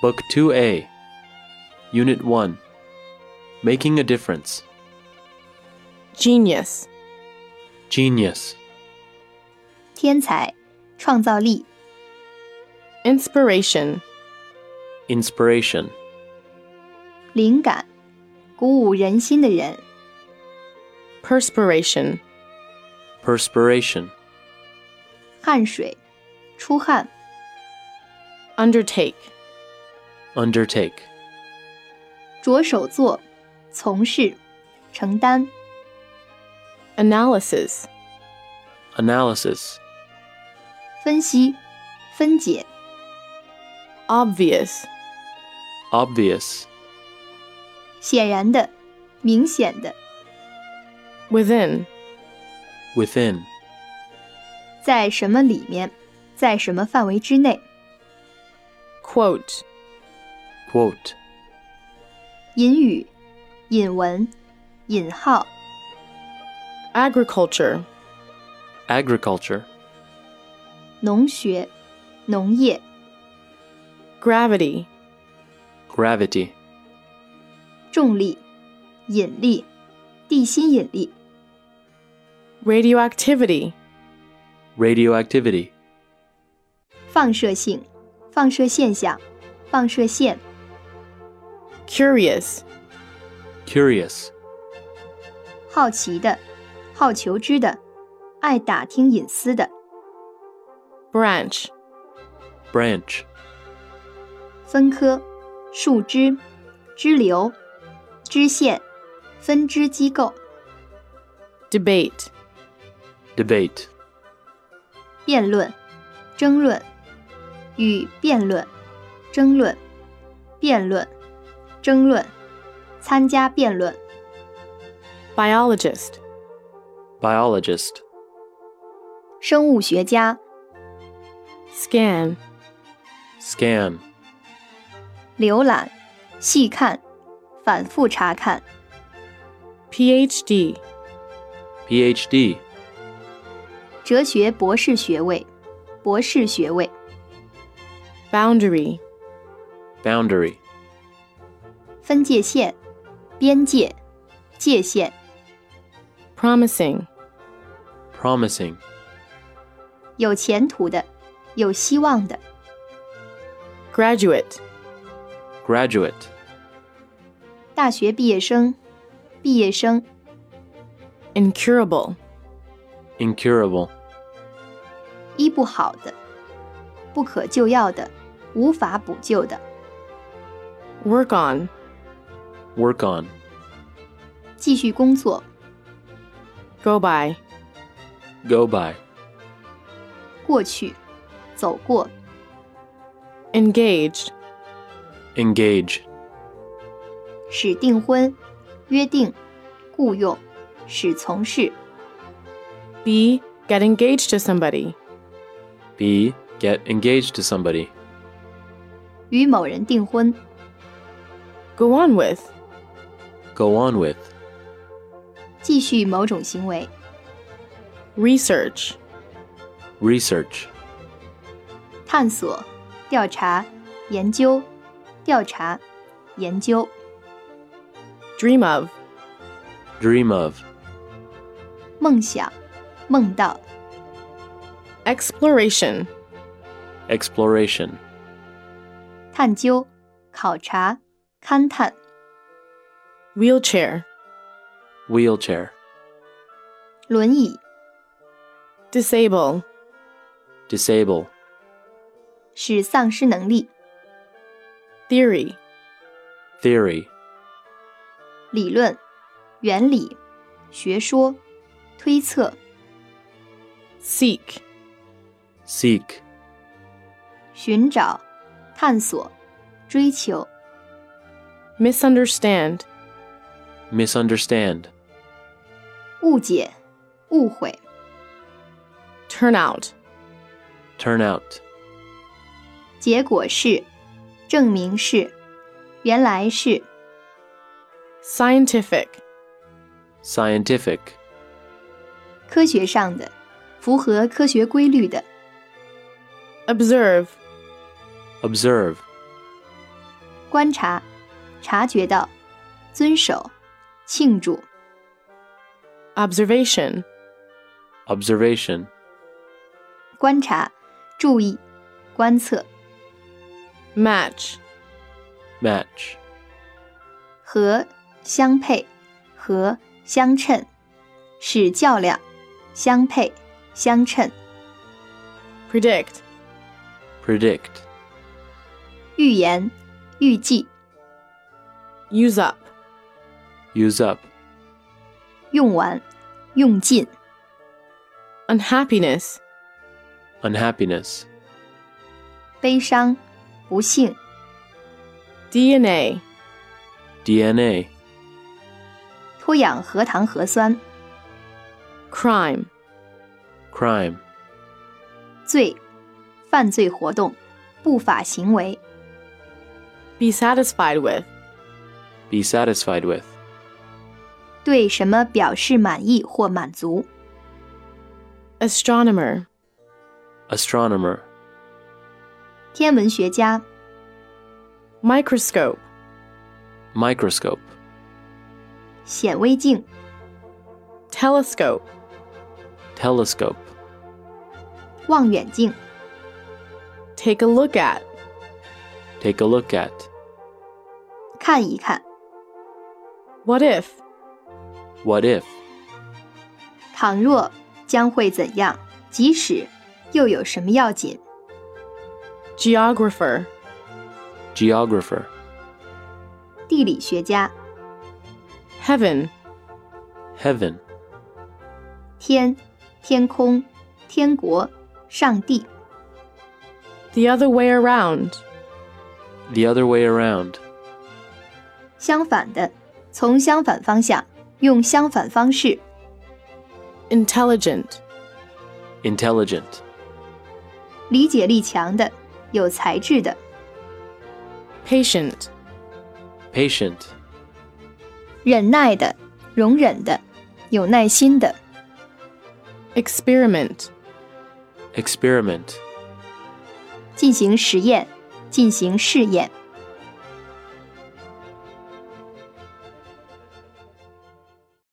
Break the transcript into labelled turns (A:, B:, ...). A: Book 2A, Unit 1 Making a Difference,
B: genius,
A: Genius,
C: 天才、创造力、
B: inspiration,
A: Inspiration,
C: 灵感、鼓舞人心的人、
B: perspiration,
A: Perspiration,
C: 汗水、出汗、
B: undertake,
A: Undertake,
C: 着手做、从事、承担、
B: analysis,
A: Analysis,
C: 分析、分解、
B: obvious,
A: Obvious,
C: 显然的、明显的、
B: within,
A: Within,
C: 在什么里面，在什么范围之内，
B: quote,
A: Quote,
C: 引语、引文、引号、
B: agriculture,
A: Agriculture,
C: 农学、农业、
B: gravity,
A: Gravity,
C: 重力、引力、地心引力、
B: radioactivity,
A: Radioactivity,
C: 放射性、放射现象、放射线、
B: curious,
A: Curious,
C: 好奇的、好求知的、爱打听隐私的、
B: branch,
A: Branch,
C: 分科、树枝、支流、支线、分支机构、
B: debate,
A: Debate,
C: 辩论、争论与辩论、争论、辩论、争论、参加辩论、
B: biologist,
A: Biologist,
C: 生物学家、
B: scan,
A: Scan,
C: 浏览、细看、反复查看、
B: PhD,
A: PhD,
C: 哲学博士学位、博士学位、
B: boundary,
A: Boundary,
C: 分界线、边界、界限、
B: promising,
A: Promising,
C: 有前途的、有希望的。
B: graduate,
A: Graduate,
C: 大学毕业生、毕业生、
B: incurable,
A: Incurable,
C: 医不好的、不可救药的、无法补救的、
B: work on,
A: Work on,
C: 继续工作、
B: go by,
A: Go by,
C: 过去、走过、
B: engaged,
A: Engage,
C: 使订婚、约定、雇佣、使从事、
B: be, get engaged to somebody,
A: B. Get engaged to somebody.
C: 与某人订婚、
B: go on with,
A: Go on with.
C: 继续某种行为、
B: research,
A: Research.
C: 探索、调查、研究、调查、研究、
B: dream of,
A: Dream of.
C: 梦想、梦到、
B: exploration,
A: Exploration.
C: 探究、考察、勘探、
B: wheelchair,
A: Wheelchair.
C: 轮椅、
B: disable,
A: Disable.
C: 使丧失能力、
B: theory,
A: Theory.
C: 理论、原理、学说、推测、
B: seek,
A: Seek.
C: 寻找、探索、追求、
B: misunderstand,
A: Misunderstand.
C: 误解、误会、
B: turn out,
A: Turn out.
C: 结果是、证明是、原来是、
B: scientific,
A: Scientific.
C: 科学上的、符合科学规律的、
B: observe,
A: Observe.
C: 观察、察觉到、遵守、庆祝、
B: observation,
A: observation,
C: 观察、注意、观测、
B: match,
A: match,
C: 和相配、和相称，使较量、相配、相称、
B: predict,
A: predict,
C: 预言、预计、
B: use up,
A: use up,
C: 用完、用尽、
B: unhappiness,
A: unhappiness,
C: 悲伤、不幸、
B: DNA,
A: DNA,
C: 脱氧核糖核酸、
B: crime,
A: crime,
C: 罪、犯罪活动、不法行为、
B: be satisfied with,
A: be satisfied with,
C: 对什么表示满意或满足、
B: astronomer,
A: astronomer,
C: 天文学家、
B: microscope,
A: microscope,
C: 显微镜、
B: telescope,
A: telescope,
C: 望远镜、
B: take a look at,
A: take a look at,
C: 看一看、
B: what if,
A: what if,
C: 倘若将会怎样？即使又有什么要紧？
B: geographer,
A: geographer,
C: 地理学家、
B: heaven,
A: heaven,
C: 天、天空、天国、上帝、
B: the other way around,
A: the other way around,
C: 相反的，从相反方向，用相反方式，
B: intelligent,
A: intelligent,
C: 理解力强的，有才智的，
B: patient,
A: patient,
C: 忍耐的，容忍的，有耐心的，
B: experiment,
A: experiment,
C: 进行实验，进行试验，